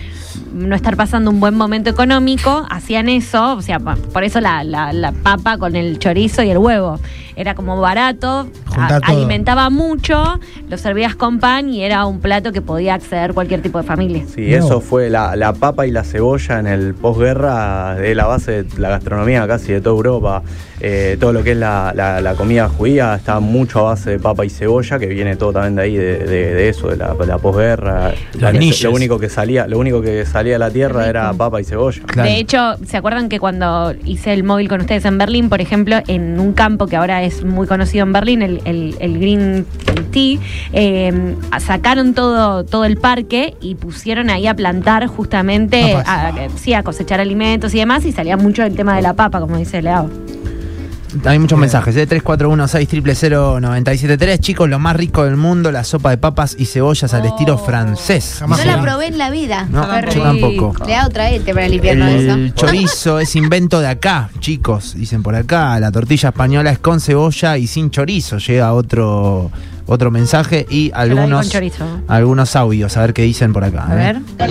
[SPEAKER 5] no estar pasando un buen momento económico, hacían eso, o sea, pa- por eso la, la- la papa con el chorizo y el huevo. Era como barato, a-
[SPEAKER 3] Juntar todo.
[SPEAKER 5] alimentaba mucho, lo servías con pan y era un plato que podía acceder cualquier tipo de familia.
[SPEAKER 2] Sí,
[SPEAKER 3] No.
[SPEAKER 2] eso fue la, la papa y la cebolla en el posguerra, es la base de la gastronomía casi de toda Europa. Eh, todo lo que es la, la- la comida judía está mucho a base de papa y cebolla, que viene todo también de ahí, de, de- de eso, de la, la posguerra.
[SPEAKER 1] Las
[SPEAKER 2] Lo-
[SPEAKER 1] niches.
[SPEAKER 2] Lo único que salía, lo único que salía de la tierra era papa y cebolla.
[SPEAKER 1] Claro.
[SPEAKER 5] De hecho, ¿se acuerdan que cuando hice el móvil con ustedes en Berlín, por ejemplo, en un campo que ahora es muy conocido en Berlín, el, el- el Green Tea, eh, sacaron todo, todo el parque y pusieron ahí a plantar justamente,
[SPEAKER 3] Papas.
[SPEAKER 5] a, a- sí, a cosechar alimentos y demás, y salía mucho el tema de la papa, como dice Leao.
[SPEAKER 1] Hay muchos mensajes, ¿eh? 341-600-973. Chicos, lo más rico del mundo, la sopa de papas y cebollas al estilo francés.
[SPEAKER 3] Jamás
[SPEAKER 1] Dice-
[SPEAKER 4] Yo la
[SPEAKER 3] probé.
[SPEAKER 4] probé en la vida.
[SPEAKER 1] No,
[SPEAKER 4] Qué
[SPEAKER 1] yo
[SPEAKER 4] rico.
[SPEAKER 1] tampoco.
[SPEAKER 4] Le da otra este para limpiarnos de
[SPEAKER 1] El
[SPEAKER 4] eso.
[SPEAKER 1] chorizo es invento de acá, chicos, dicen por acá. La tortilla española es con cebolla y sin chorizo. Llega otro otro mensaje y
[SPEAKER 5] la doy
[SPEAKER 1] algunos
[SPEAKER 5] con chorizo.
[SPEAKER 1] algunos audios, a ver qué dicen por acá.
[SPEAKER 8] A
[SPEAKER 1] ¿eh?
[SPEAKER 8] ver.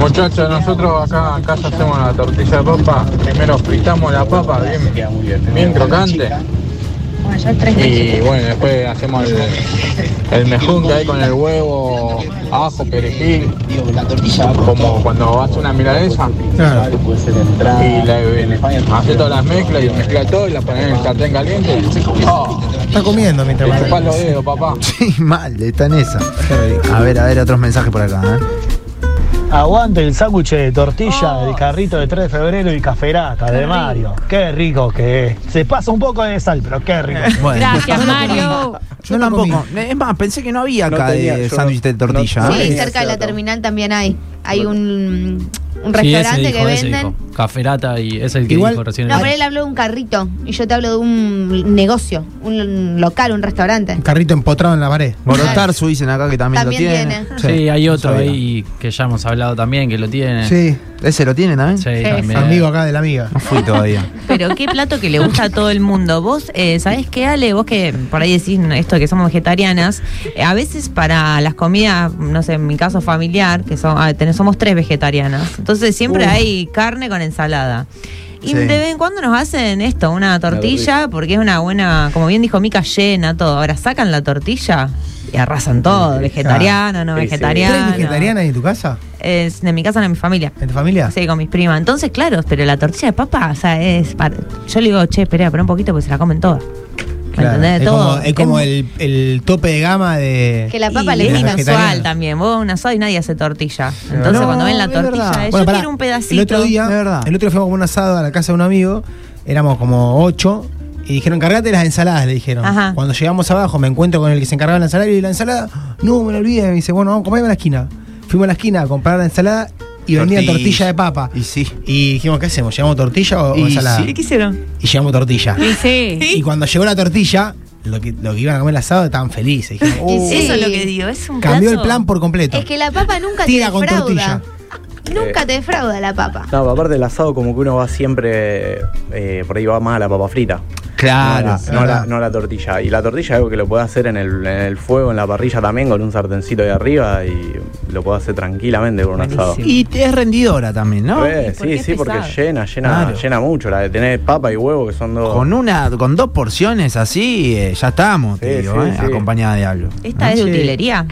[SPEAKER 7] Muchachos, nosotros acá en casa hacemos la tortilla de papa. Primero fritamos la papa bien, bien crocante. Y bueno, después hacemos el, el mejunje ahí con el huevo, ajo, perejil. Como cuando haces una milanesa.
[SPEAKER 3] Claro.
[SPEAKER 7] Y la, hace todas las mezclas y mezcla todo y la pones en el sartén caliente. Oh,
[SPEAKER 3] Está comiendo mientras
[SPEAKER 7] te chupás los dedos, papá.
[SPEAKER 1] Sí, mal, está en esa. A ver, a ver, otros mensajes por acá. ¿eh?
[SPEAKER 12] Aguante el sándwich de tortilla del carrito de 3 de febrero y caferata de Mario. Qué rico que es. Se pasa un poco de sal, pero qué rico.
[SPEAKER 1] Bueno.
[SPEAKER 5] Gracias, Mario.
[SPEAKER 1] Yo
[SPEAKER 3] Yo no
[SPEAKER 1] tampoco. Es más, pensé que no había
[SPEAKER 2] No
[SPEAKER 1] acá
[SPEAKER 2] tenía,
[SPEAKER 1] de
[SPEAKER 2] yo
[SPEAKER 1] sándwich de
[SPEAKER 2] no-
[SPEAKER 1] tortilla.
[SPEAKER 2] no-
[SPEAKER 1] ¿eh?
[SPEAKER 4] Sí,
[SPEAKER 2] Ah,
[SPEAKER 4] cerca de la
[SPEAKER 2] cierto.
[SPEAKER 4] terminal también hay. Hay un, un
[SPEAKER 13] Sí, ese
[SPEAKER 4] restaurante
[SPEAKER 13] dijo,
[SPEAKER 4] que
[SPEAKER 13] ese
[SPEAKER 4] venden.
[SPEAKER 13] dijo. Caferata y ese es el que
[SPEAKER 3] Igual-
[SPEAKER 13] dijo recién.
[SPEAKER 4] No,
[SPEAKER 13] el-
[SPEAKER 4] pero él habló de un carrito y yo te hablo de un negocio, un local, un restaurante.
[SPEAKER 3] Un carrito empotrado en la pared.
[SPEAKER 1] Morotarzu dicen acá que también,
[SPEAKER 4] También
[SPEAKER 1] lo tiene.
[SPEAKER 4] tiene.
[SPEAKER 13] sí, hay
[SPEAKER 1] no
[SPEAKER 13] otro
[SPEAKER 1] sabía.
[SPEAKER 13] ahí que ya hemos hablado también que lo tiene.
[SPEAKER 3] Sí.
[SPEAKER 1] ¿Ese lo tiene también?
[SPEAKER 13] Sí, también.
[SPEAKER 3] Amigo acá de la amiga.
[SPEAKER 1] No fui todavía.
[SPEAKER 8] Pero qué plato que le gusta a todo el mundo. Vos, eh, ¿sabés qué, Ale? Vos que por ahí decís no, esto de que somos vegetarianas, eh, a veces para las comidas, no sé, en mi caso familiar, que son, ah, tenés- somos tres vegetarianas, entonces siempre hay carne con ensalada. Y
[SPEAKER 1] Sí.
[SPEAKER 8] de vez en cuando nos hacen esto, una tortilla, porque es una buena, como bien dijo Mica, llena todo. Ahora sacan la tortilla y arrasan todo, vegetariano, no
[SPEAKER 2] Sí, sí.
[SPEAKER 8] vegetariano.
[SPEAKER 3] ¿Tres vegetarianas en tu casa?
[SPEAKER 8] Es de mi casa, no de mi familia.
[SPEAKER 3] ¿En tu familia?
[SPEAKER 8] Sí, con mis primas. Entonces, claro, pero la tortilla de papa, o sea, es para... Yo le digo, che, espera, pero un poquito porque se la comen todas. ¿Me
[SPEAKER 3] Claro.
[SPEAKER 8] entendés?
[SPEAKER 3] Es
[SPEAKER 8] Todo.
[SPEAKER 3] como, es como el, el tope de gama de.
[SPEAKER 4] Que la papa le
[SPEAKER 8] y es
[SPEAKER 4] gusta.
[SPEAKER 8] inusual también. Vos vas a un asado y nadie hace tortilla. Entonces,
[SPEAKER 3] No,
[SPEAKER 8] cuando ven la
[SPEAKER 3] es
[SPEAKER 8] tortilla,
[SPEAKER 3] verdad.
[SPEAKER 8] yo
[SPEAKER 3] Bueno, pará,
[SPEAKER 8] quiero un pedacito.
[SPEAKER 3] El otro día,
[SPEAKER 1] Es verdad.
[SPEAKER 3] el otro día fuimos como un asado a la casa de un amigo, éramos como ocho, y dijeron, cargate las ensaladas, le dijeron.
[SPEAKER 8] Ajá.
[SPEAKER 3] Cuando llegamos abajo, me encuentro con el que se encargaba de la ensalada, y la ensalada, no, me la olvidé, me dice, bueno, vamos, comeme a la esquina. Fuimos a la esquina a comprar la ensalada y vendían tortilla de papa.
[SPEAKER 1] Y sí.
[SPEAKER 3] Y dijimos, ¿qué hacemos? ¿Llevamos tortilla o, o
[SPEAKER 1] Y
[SPEAKER 3] ensalada?
[SPEAKER 1] sí.
[SPEAKER 8] ¿Qué hicieron?
[SPEAKER 3] Y llevamos tortilla.
[SPEAKER 5] Y sí.
[SPEAKER 3] Y cuando llegó la tortilla, los que, lo que iban a comer el asado estaban felices. Dijeron,
[SPEAKER 4] Y
[SPEAKER 3] "Oh".
[SPEAKER 4] sí.
[SPEAKER 8] Eso es lo que digo, es un
[SPEAKER 3] Cambió el
[SPEAKER 8] plato-
[SPEAKER 3] plan por completo.
[SPEAKER 4] Es que la papa nunca
[SPEAKER 3] Tira
[SPEAKER 4] te
[SPEAKER 3] con
[SPEAKER 4] defrauda.
[SPEAKER 3] tortilla.
[SPEAKER 4] Nunca te defrauda la papa.
[SPEAKER 2] No, aparte del asado como que uno va siempre, eh, por ahí va más a la papa frita.
[SPEAKER 1] Claro,
[SPEAKER 2] No la- No, la, no la tortilla. Y la tortilla es algo que lo puedes hacer en el, en el fuego, en la parrilla también, con un sartencito de arriba y lo puedes hacer tranquilamente con un asado.
[SPEAKER 1] Y te- es rendidora también, ¿no?
[SPEAKER 2] Eh, sí, sí, porque llena, llena,
[SPEAKER 1] Claro.
[SPEAKER 2] llena mucho. La de tener papa y huevo, que son dos.
[SPEAKER 1] Con una, con dos porciones así, eh, ya estamos, te
[SPEAKER 2] Sí,
[SPEAKER 1] digo,
[SPEAKER 2] sí,
[SPEAKER 1] eh,
[SPEAKER 2] sí.
[SPEAKER 1] acompañada de algo.
[SPEAKER 8] ¿Esta es de utilería?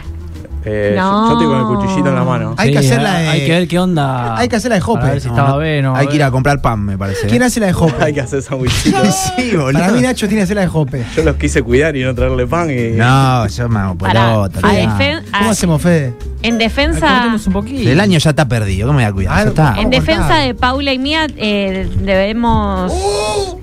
[SPEAKER 2] Eh, yo-
[SPEAKER 8] No.
[SPEAKER 2] Yo estoy con el cuchillito en la mano.
[SPEAKER 3] Hay que hacerla de-
[SPEAKER 13] Hay que ver qué onda.
[SPEAKER 3] Hay que hacerla de Jope.
[SPEAKER 13] Para ver si
[SPEAKER 3] No,
[SPEAKER 13] estaba
[SPEAKER 3] no.
[SPEAKER 13] bien o.
[SPEAKER 1] Hay que ir a comprar pan, me parece. ¿eh?
[SPEAKER 3] ¿Quién hace la de Jope?
[SPEAKER 2] Hay que hacer sandwichitos.
[SPEAKER 1] Sí, boludo.
[SPEAKER 3] Para mí Nacho tiene que hacer la de Jope.
[SPEAKER 2] Yo los quise cuidar y no traerle pan y.
[SPEAKER 1] No, yo me hago
[SPEAKER 5] Pará,
[SPEAKER 1] pelota.
[SPEAKER 5] a
[SPEAKER 1] ya.
[SPEAKER 5] defen- a-
[SPEAKER 3] ¿Cómo hacemos, Fede?
[SPEAKER 5] en defensa.
[SPEAKER 13] Cortemos un poquito.
[SPEAKER 1] El año ya está perdido, ¿cómo me voy a cuidar? Ya está.
[SPEAKER 5] En defensa de Paula y mía, eh, debemos,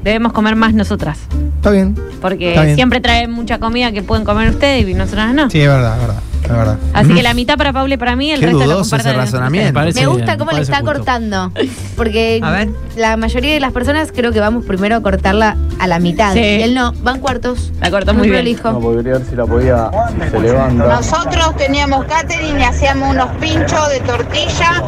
[SPEAKER 5] debemos comer más nosotras.
[SPEAKER 3] Está bien. Está
[SPEAKER 5] Porque
[SPEAKER 3] bien.
[SPEAKER 5] siempre traen mucha comida que pueden comer ustedes y nosotras no.
[SPEAKER 3] Sí, es verdad, es verdad. Es verdad.
[SPEAKER 5] Así que la mitad para Paula y para mí, el
[SPEAKER 1] Qué
[SPEAKER 5] resto lo
[SPEAKER 1] dudoso ese
[SPEAKER 5] compartan.
[SPEAKER 1] razonamiento.
[SPEAKER 4] Me gusta cómo le está cortando. Porque
[SPEAKER 8] A ver.
[SPEAKER 4] la mayoría de las personas creo que vamos primero a cortarla a la mitad.
[SPEAKER 5] Sí.
[SPEAKER 4] Y él no, van cuartos.
[SPEAKER 5] La cortó muy bien.
[SPEAKER 2] No, porque quería ver si la podía. si se levanta.
[SPEAKER 14] Nosotros teníamos catering y hacíamos unos pinchos de tortilla,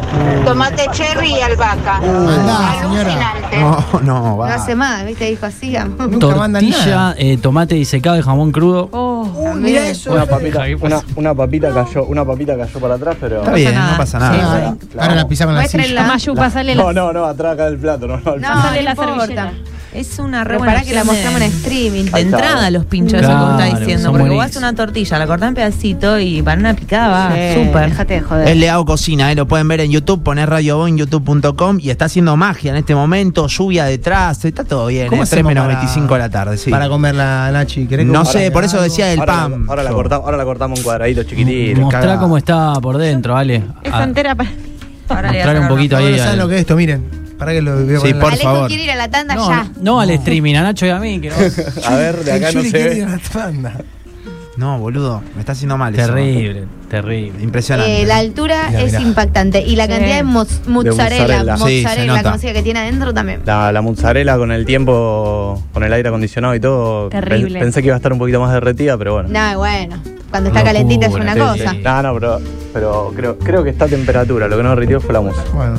[SPEAKER 14] tomate cherry y albahaca.
[SPEAKER 3] Andá, señora.
[SPEAKER 14] Alucinante.
[SPEAKER 1] No, no,
[SPEAKER 4] No
[SPEAKER 1] va.
[SPEAKER 4] hace más, ¿viste? Dijo así. amor.
[SPEAKER 3] Nunca mandan
[SPEAKER 13] Tortilla,
[SPEAKER 3] nada.
[SPEAKER 13] eh, tomate disecado y jamón crudo.
[SPEAKER 5] Oh,
[SPEAKER 3] Uh,
[SPEAKER 4] También.
[SPEAKER 3] mirá eso.
[SPEAKER 2] Una
[SPEAKER 3] Fede.
[SPEAKER 2] papita, una, una papita cayó, una papita cayó para atrás, pero.
[SPEAKER 1] Está bien, no pasa
[SPEAKER 3] Ah,
[SPEAKER 1] nada.
[SPEAKER 3] ahora- ahora la pisamos en la
[SPEAKER 4] Muéstrenla.
[SPEAKER 3] silla.
[SPEAKER 5] Mayu, pasale la,
[SPEAKER 2] No, no, no, atrás acá del plato, no, no,
[SPEAKER 4] No,
[SPEAKER 2] al plato.
[SPEAKER 5] pasale
[SPEAKER 4] no
[SPEAKER 5] la
[SPEAKER 4] importa.
[SPEAKER 5] servilleta.
[SPEAKER 8] Es una re
[SPEAKER 4] Pero
[SPEAKER 8] buena
[SPEAKER 4] para que la
[SPEAKER 8] opción
[SPEAKER 4] mostramos
[SPEAKER 8] de-
[SPEAKER 4] en streaming.
[SPEAKER 8] De entrada los pinchos, eso como
[SPEAKER 13] Claro,
[SPEAKER 8] está diciendo.
[SPEAKER 13] son
[SPEAKER 8] Porque vos
[SPEAKER 13] buenísimos.
[SPEAKER 8] haces una tortilla, la cortás en pedacito y para una picada va súper.
[SPEAKER 4] Déjate de joder.
[SPEAKER 1] Es Leao Cocina, eh, lo pueden ver en YouTube, poner Radio Bo en youtube.com y está haciendo magia en este momento, lluvia detrás, está todo bien,
[SPEAKER 3] ¿Cómo
[SPEAKER 1] es 3
[SPEAKER 3] hacemos
[SPEAKER 1] menos
[SPEAKER 3] para-
[SPEAKER 1] 25 de la tarde, sí.
[SPEAKER 3] Para comerla, Nachi. ¿Querés que
[SPEAKER 1] No
[SPEAKER 3] vos
[SPEAKER 1] sé,
[SPEAKER 3] hagas
[SPEAKER 1] por eso
[SPEAKER 3] algo?
[SPEAKER 1] decía el
[SPEAKER 2] Ahora la-
[SPEAKER 1] PAM.
[SPEAKER 2] Ahora la,
[SPEAKER 1] Yo.
[SPEAKER 2] cortamos, ahora la cortamos en cuadraditos chiquititos.
[SPEAKER 13] Mostrá
[SPEAKER 1] cagada.
[SPEAKER 13] cómo está por dentro, vale.
[SPEAKER 5] Esa entera para.
[SPEAKER 8] Ahora le voy a
[SPEAKER 13] Mostrar un
[SPEAKER 8] sacar una
[SPEAKER 13] poquito
[SPEAKER 3] No,
[SPEAKER 13] ahí.
[SPEAKER 3] no saben
[SPEAKER 13] al-
[SPEAKER 3] lo que es esto, miren. Para que lo veo
[SPEAKER 1] Sí,
[SPEAKER 3] con la-
[SPEAKER 1] por
[SPEAKER 4] Alejo
[SPEAKER 1] favor.
[SPEAKER 4] quiere ir a la tanda
[SPEAKER 13] No,
[SPEAKER 4] ya.
[SPEAKER 13] no, al streaming, a Nacho y a mí. Que no-
[SPEAKER 2] A ver, de
[SPEAKER 3] El
[SPEAKER 2] acá no
[SPEAKER 3] Yuri
[SPEAKER 2] se
[SPEAKER 3] quiere ir
[SPEAKER 2] ve.
[SPEAKER 3] a la tanda.
[SPEAKER 1] No, boludo, me está haciendo mal. eso.
[SPEAKER 13] terrible, terrible.
[SPEAKER 1] Impresionante.
[SPEAKER 4] Eh, la altura
[SPEAKER 3] Mirá,
[SPEAKER 4] es
[SPEAKER 3] mirá.
[SPEAKER 4] impactante. Y la
[SPEAKER 5] Sí.
[SPEAKER 4] cantidad de, mos- mozzarella,
[SPEAKER 2] mozzarella.
[SPEAKER 4] mozzarella,
[SPEAKER 1] Sí, se nota.
[SPEAKER 4] como sea, que tiene adentro también.
[SPEAKER 2] La, la mozzarella con el tiempo, con el aire acondicionado y todo. pen-
[SPEAKER 5] Terrible.
[SPEAKER 2] pensé que iba a estar un poquito más derretida, pero bueno.
[SPEAKER 4] No, bueno. Cuando está
[SPEAKER 13] Locura,
[SPEAKER 4] calentita es una
[SPEAKER 13] sí,
[SPEAKER 4] cosa.
[SPEAKER 13] sí.
[SPEAKER 2] No, no, pero, pero creo, creo que está a temperatura. Lo que no derritió fue la musa.
[SPEAKER 3] Bueno.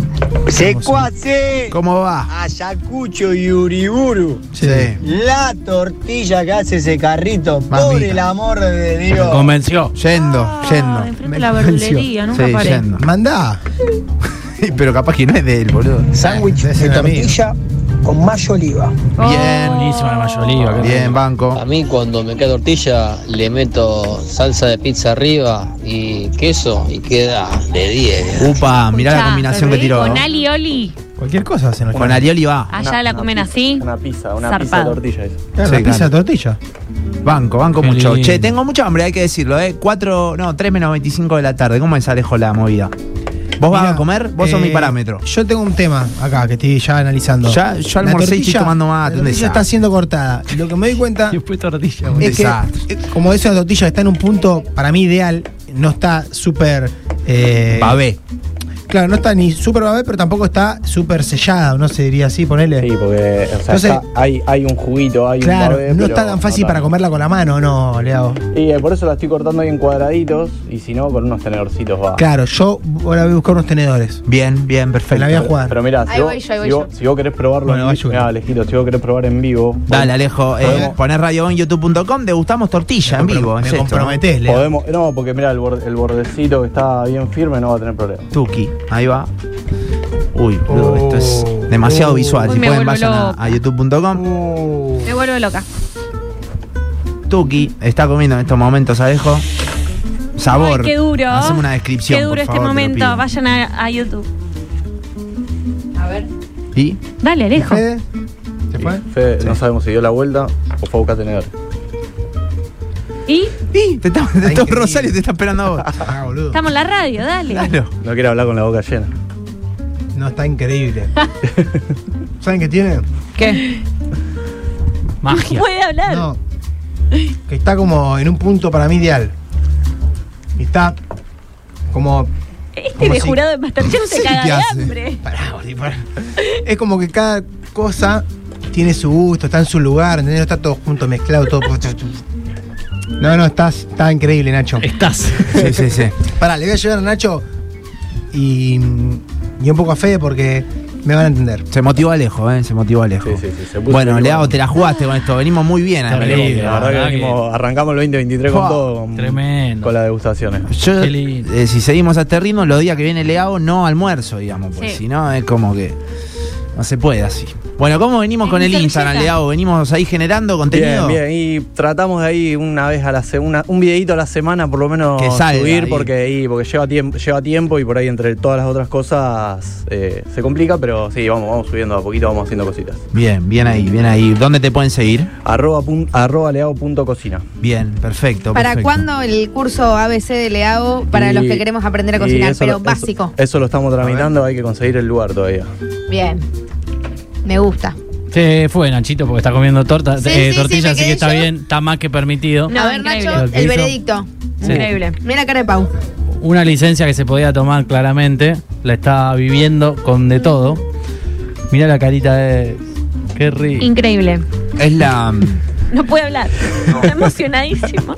[SPEAKER 15] Secuace,
[SPEAKER 1] ¿Cómo va?
[SPEAKER 15] Ayacucho y Uriburu.
[SPEAKER 1] Sí.
[SPEAKER 15] La tortilla que hace ese carrito, por
[SPEAKER 1] Mamita.
[SPEAKER 15] el amor de
[SPEAKER 13] Me
[SPEAKER 15] Dios.
[SPEAKER 13] convenció.
[SPEAKER 1] Yendo, yendo.
[SPEAKER 5] Ah, enfrente de la verdulería, nunca
[SPEAKER 1] Sí,
[SPEAKER 5] paré.
[SPEAKER 1] yendo.
[SPEAKER 3] Mandá.
[SPEAKER 1] Pero capaz que no es de él, boludo.
[SPEAKER 15] Sándwich
[SPEAKER 3] Debe ser
[SPEAKER 15] de
[SPEAKER 3] un amigo.
[SPEAKER 15] tortilla con mayo oliva.
[SPEAKER 5] Oh.
[SPEAKER 1] Bien.
[SPEAKER 13] Buenísima la mayolía. qué
[SPEAKER 1] Bien,
[SPEAKER 13] rico.
[SPEAKER 1] banco.
[SPEAKER 16] A mí cuando me queda tortilla le meto salsa de pizza arriba y queso y queda de 10.
[SPEAKER 1] Upa, mirá la
[SPEAKER 5] Escuchá,
[SPEAKER 1] combinación que
[SPEAKER 5] Ferri,
[SPEAKER 1] tiró.
[SPEAKER 5] Con Ali Oli,
[SPEAKER 3] Cualquier cosa hacen.
[SPEAKER 1] Con Arioli va.
[SPEAKER 5] allá
[SPEAKER 2] Una-
[SPEAKER 5] la
[SPEAKER 2] una
[SPEAKER 5] comen
[SPEAKER 2] pizza,
[SPEAKER 5] así.
[SPEAKER 2] Una pizza, una pizza de
[SPEAKER 5] Zarpado.
[SPEAKER 2] tortilla. eso.
[SPEAKER 3] Claro,
[SPEAKER 1] Sí,
[SPEAKER 3] la pizza
[SPEAKER 1] claro.
[SPEAKER 3] tortilla.
[SPEAKER 1] Banco, banco
[SPEAKER 13] Qué
[SPEAKER 1] mucho.
[SPEAKER 13] lindo.
[SPEAKER 1] Che, tengo mucha hambre, hay que decirlo, ¿eh? 4, no, 3 menos 25 de la tarde. ¿Cómo es Alejo la movida? ¿Vos vas
[SPEAKER 3] Mirá,
[SPEAKER 1] a comer? Vos sos
[SPEAKER 3] eh,
[SPEAKER 1] mi parámetro.
[SPEAKER 3] Yo tengo un tema acá que estoy ya analizando.
[SPEAKER 1] Ya- yo
[SPEAKER 3] La
[SPEAKER 1] almorcé y estoy
[SPEAKER 3] tortilla-
[SPEAKER 1] tomando mate,
[SPEAKER 3] La
[SPEAKER 1] un
[SPEAKER 3] tortilla
[SPEAKER 1] desastre.
[SPEAKER 3] está siendo cortada. Y Lo que me doy cuenta
[SPEAKER 13] Después tortilla.
[SPEAKER 1] Un
[SPEAKER 3] es que,
[SPEAKER 1] desastre.
[SPEAKER 3] eh, como esa tortilla está en un punto para mí ideal, no está súper. eh,
[SPEAKER 1] Babé.
[SPEAKER 3] Claro, no está ni súper babé, pero tampoco está súper sellada, no se diría así, ponele.
[SPEAKER 2] Sí, porque o sea,
[SPEAKER 3] Entonces-
[SPEAKER 2] está- hay, hay un juguito, hay un
[SPEAKER 3] claro,
[SPEAKER 2] babé,
[SPEAKER 3] no
[SPEAKER 2] pero
[SPEAKER 3] está tan fácil
[SPEAKER 2] no
[SPEAKER 3] para
[SPEAKER 2] tanto.
[SPEAKER 3] comerla con la mano, no, Leao.
[SPEAKER 2] Y eh, por eso la estoy cortando ahí en cuadraditos y si no, con unos tenedorcitos va.
[SPEAKER 3] Claro, yo ahora voy a buscar unos tenedores.
[SPEAKER 1] Bien, bien,
[SPEAKER 3] Me
[SPEAKER 1] perfecto.
[SPEAKER 3] la voy a jugar.
[SPEAKER 2] Pero mirá,
[SPEAKER 4] Ahí
[SPEAKER 2] si vos,
[SPEAKER 4] voy yo, ahí
[SPEAKER 2] si
[SPEAKER 4] voy
[SPEAKER 2] vos-
[SPEAKER 4] yo.
[SPEAKER 2] si vos querés probarlo,
[SPEAKER 3] Bueno, va
[SPEAKER 2] en,
[SPEAKER 3] Yuri.
[SPEAKER 2] mirá, Alejito, si vos querés probar en vivo,
[SPEAKER 1] Dale, Alejo, eh,
[SPEAKER 2] Podemos-
[SPEAKER 1] poner radio en youtube.com, degustamos tortilla en
[SPEAKER 3] Compro-
[SPEAKER 1] vivo.
[SPEAKER 3] me
[SPEAKER 1] es esto, ¿no?
[SPEAKER 3] comprometés, Leao.
[SPEAKER 2] podemos, no, porque mira el, borde- el bordecito que está bien firme no va a tener problema.
[SPEAKER 1] Tuki, ahí va. Uy, boludo, esto es demasiado
[SPEAKER 3] Oh.
[SPEAKER 1] visual.
[SPEAKER 5] Uy,
[SPEAKER 1] Si
[SPEAKER 5] me
[SPEAKER 1] pueden,
[SPEAKER 5] vuelvo
[SPEAKER 1] vayan a,
[SPEAKER 5] loca.
[SPEAKER 1] a youtube.com.
[SPEAKER 5] Me vuelvo loca.
[SPEAKER 1] Tuki está comiendo en estos momentos, Alejo. Sabor.
[SPEAKER 5] Ay, qué duro.
[SPEAKER 1] Hacemos una descripción.
[SPEAKER 5] Qué duro
[SPEAKER 1] por
[SPEAKER 5] este
[SPEAKER 1] favor, te lo
[SPEAKER 5] momento.
[SPEAKER 1] pido.
[SPEAKER 5] Vayan a, a YouTube.
[SPEAKER 1] ¿Y?
[SPEAKER 5] Dale, Alejo.
[SPEAKER 3] Fede, ¿se fue?
[SPEAKER 2] Fede, no sabemos si dio la vuelta o fue a buscar tenedor.
[SPEAKER 5] Y
[SPEAKER 1] Sí, te está,
[SPEAKER 3] Ay,
[SPEAKER 1] todo
[SPEAKER 3] qué
[SPEAKER 1] Rosario te está esperando a vos.
[SPEAKER 3] Ah, boludo.
[SPEAKER 5] estamos en la radio, dale.
[SPEAKER 1] Claro.
[SPEAKER 2] No quiere hablar con la boca llena.
[SPEAKER 3] No, está increíble. ¿Saben qué tiene?
[SPEAKER 8] ¿Qué?
[SPEAKER 13] Magia.
[SPEAKER 5] Puede hablar.
[SPEAKER 3] No. Que está como en un punto para mí ideal. Y está como.
[SPEAKER 5] Este
[SPEAKER 3] ¿Cómo
[SPEAKER 5] de
[SPEAKER 3] así?
[SPEAKER 5] jurado de Masterchef se
[SPEAKER 3] Sí,
[SPEAKER 5] caga
[SPEAKER 3] ¿qué
[SPEAKER 5] de
[SPEAKER 3] hace?
[SPEAKER 5] hambre.
[SPEAKER 3] Pará, boludo, pará. Es como que cada cosa tiene su gusto, está en su lugar, ¿entendés? No está todo junto, mezclado, todo. No, no, estás, está increíble, Nacho.
[SPEAKER 13] Estás.
[SPEAKER 1] Sí, sí, sí.
[SPEAKER 3] Pará, le voy a llevar a Nacho y, y un poco a Fede porque me van a entender.
[SPEAKER 1] Se motivó Alejo, ¿eh? Se motivó Alejo.
[SPEAKER 2] puso
[SPEAKER 1] bueno,
[SPEAKER 2] muy
[SPEAKER 1] Leao,
[SPEAKER 2] bueno.
[SPEAKER 1] te la jugaste con esto. Venimos muy bien. eh, a
[SPEAKER 2] Terrible,
[SPEAKER 1] Belén.
[SPEAKER 2] la verdad que venimos- arrancamos el 2023
[SPEAKER 1] Fua,
[SPEAKER 2] con todo. Con, Con las degustaciones.
[SPEAKER 1] Yo, eh, si seguimos a este ritmo, los días que viene Leao no almuerzo, digamos. Pues
[SPEAKER 2] Sí.
[SPEAKER 1] si no, es como que no se puede así. Bueno, ¿cómo venimos con el Instagram, Leao? ¿Venimos ahí generando contenido?
[SPEAKER 2] Bien, bien. Y tratamos de ahí una vez a la semana, un videito a la semana por lo menos
[SPEAKER 1] Que salga
[SPEAKER 2] subir
[SPEAKER 1] ahí.
[SPEAKER 2] porque ahí, porque lleva tiempo, lleva tiempo y por ahí entre todas las otras cosas eh, se complica, pero sí, vamos, vamos subiendo a poquito, vamos haciendo cositas.
[SPEAKER 1] Bien, bien ahí, bien ahí. ¿Dónde te pueden seguir?
[SPEAKER 2] Arroba, pun- arroba leao punto cocina.
[SPEAKER 1] Bien, perfecto.
[SPEAKER 4] ¿Para
[SPEAKER 1] perfecto.
[SPEAKER 4] cuándo el curso ABC de Leao para
[SPEAKER 2] Y-
[SPEAKER 4] los que queremos aprender a
[SPEAKER 2] y
[SPEAKER 4] cocinar?
[SPEAKER 2] eso
[SPEAKER 4] Pero
[SPEAKER 2] lo- eso-
[SPEAKER 4] básico.
[SPEAKER 2] Eso lo estamos tramitando, hay que conseguir el lugar todavía.
[SPEAKER 4] Bien. Me gusta.
[SPEAKER 13] Se fue Nachito porque está comiendo torta,
[SPEAKER 4] Sí,
[SPEAKER 13] eh,
[SPEAKER 4] sí, sí, me
[SPEAKER 13] tortilla, así
[SPEAKER 4] quedé
[SPEAKER 13] que está
[SPEAKER 4] yo.
[SPEAKER 13] bien, está más que permitido.
[SPEAKER 5] Ah,
[SPEAKER 4] a ver,
[SPEAKER 5] increíble.
[SPEAKER 4] Nacho, el
[SPEAKER 13] Lo hizo.
[SPEAKER 4] veredicto.
[SPEAKER 13] Sí. Increíble.
[SPEAKER 4] Mira la cara de Pau.
[SPEAKER 13] Una licencia que se podía tomar claramente, la está viviendo con de todo. Mira la carita de. Qué rico.
[SPEAKER 5] Increíble.
[SPEAKER 1] Es la. mm,
[SPEAKER 5] No puede hablar. Está emocionadísimo.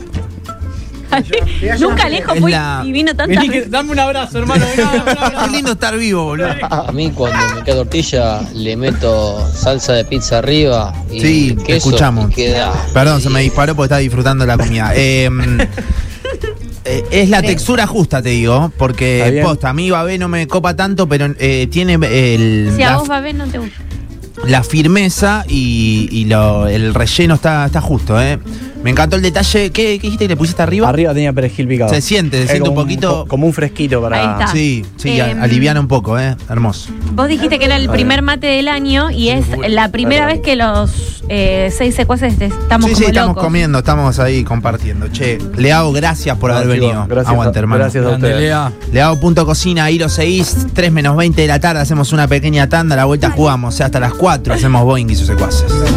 [SPEAKER 5] Nunca Alejo
[SPEAKER 1] Es
[SPEAKER 5] fue
[SPEAKER 1] la-
[SPEAKER 5] y vino tantas
[SPEAKER 13] Vení que-
[SPEAKER 5] veces.
[SPEAKER 13] dame un abrazo, hermano.
[SPEAKER 1] Qué lindo estar vivo, boludo.
[SPEAKER 16] A mí cuando me queda tortilla le meto salsa de pizza arriba y
[SPEAKER 1] Sí, te
[SPEAKER 16] queso
[SPEAKER 1] escuchamos.
[SPEAKER 16] y queda.
[SPEAKER 1] Perdón, se me disparó porque estaba disfrutando la comida. Eh, eh, es la textura justa, te digo,
[SPEAKER 2] Está
[SPEAKER 1] porque
[SPEAKER 2] bien.
[SPEAKER 1] posta, a mí Babé no me copa tanto, pero eh, tiene el,
[SPEAKER 5] Si a
[SPEAKER 1] la,
[SPEAKER 5] vos, Babé, no te gusta.
[SPEAKER 1] la firmeza y, y lo- el relleno está, está justo, ¿eh? Me encantó el detalle. ¿Qué, qué dijiste que le pusiste arriba?
[SPEAKER 2] Arriba tenía perejil picado.
[SPEAKER 1] Se siente, se
[SPEAKER 2] Eh,
[SPEAKER 1] siente un
[SPEAKER 2] como
[SPEAKER 1] poquito-
[SPEAKER 2] como un fresquito para.
[SPEAKER 5] Ahí está.
[SPEAKER 1] Ah. Sí, sí, a-
[SPEAKER 5] Em.
[SPEAKER 1] aliviana un poco, ¿eh? Hermoso.
[SPEAKER 5] Vos dijiste que era el
[SPEAKER 1] A
[SPEAKER 5] primer mate del año y es la primera vez que los eh, seis secuaces te- estamos
[SPEAKER 1] sí,
[SPEAKER 5] como
[SPEAKER 1] sí, estamos
[SPEAKER 5] locos.
[SPEAKER 1] comiendo, estamos ahí compartiendo. Che, Leao, gracias por
[SPEAKER 2] No,
[SPEAKER 1] haber
[SPEAKER 2] chicos,
[SPEAKER 1] venido.
[SPEAKER 2] gracias a-
[SPEAKER 1] Aguante, hermano.
[SPEAKER 2] gracias a Grande, ustedes. Lea.
[SPEAKER 1] Leao.cocina, ahí lo seguís. 3 menos 20 de la tarde hacemos una pequeña tanda, a la vuelta jugamos. O sea, hasta las 4 hacemos Boeing y sus secuaces.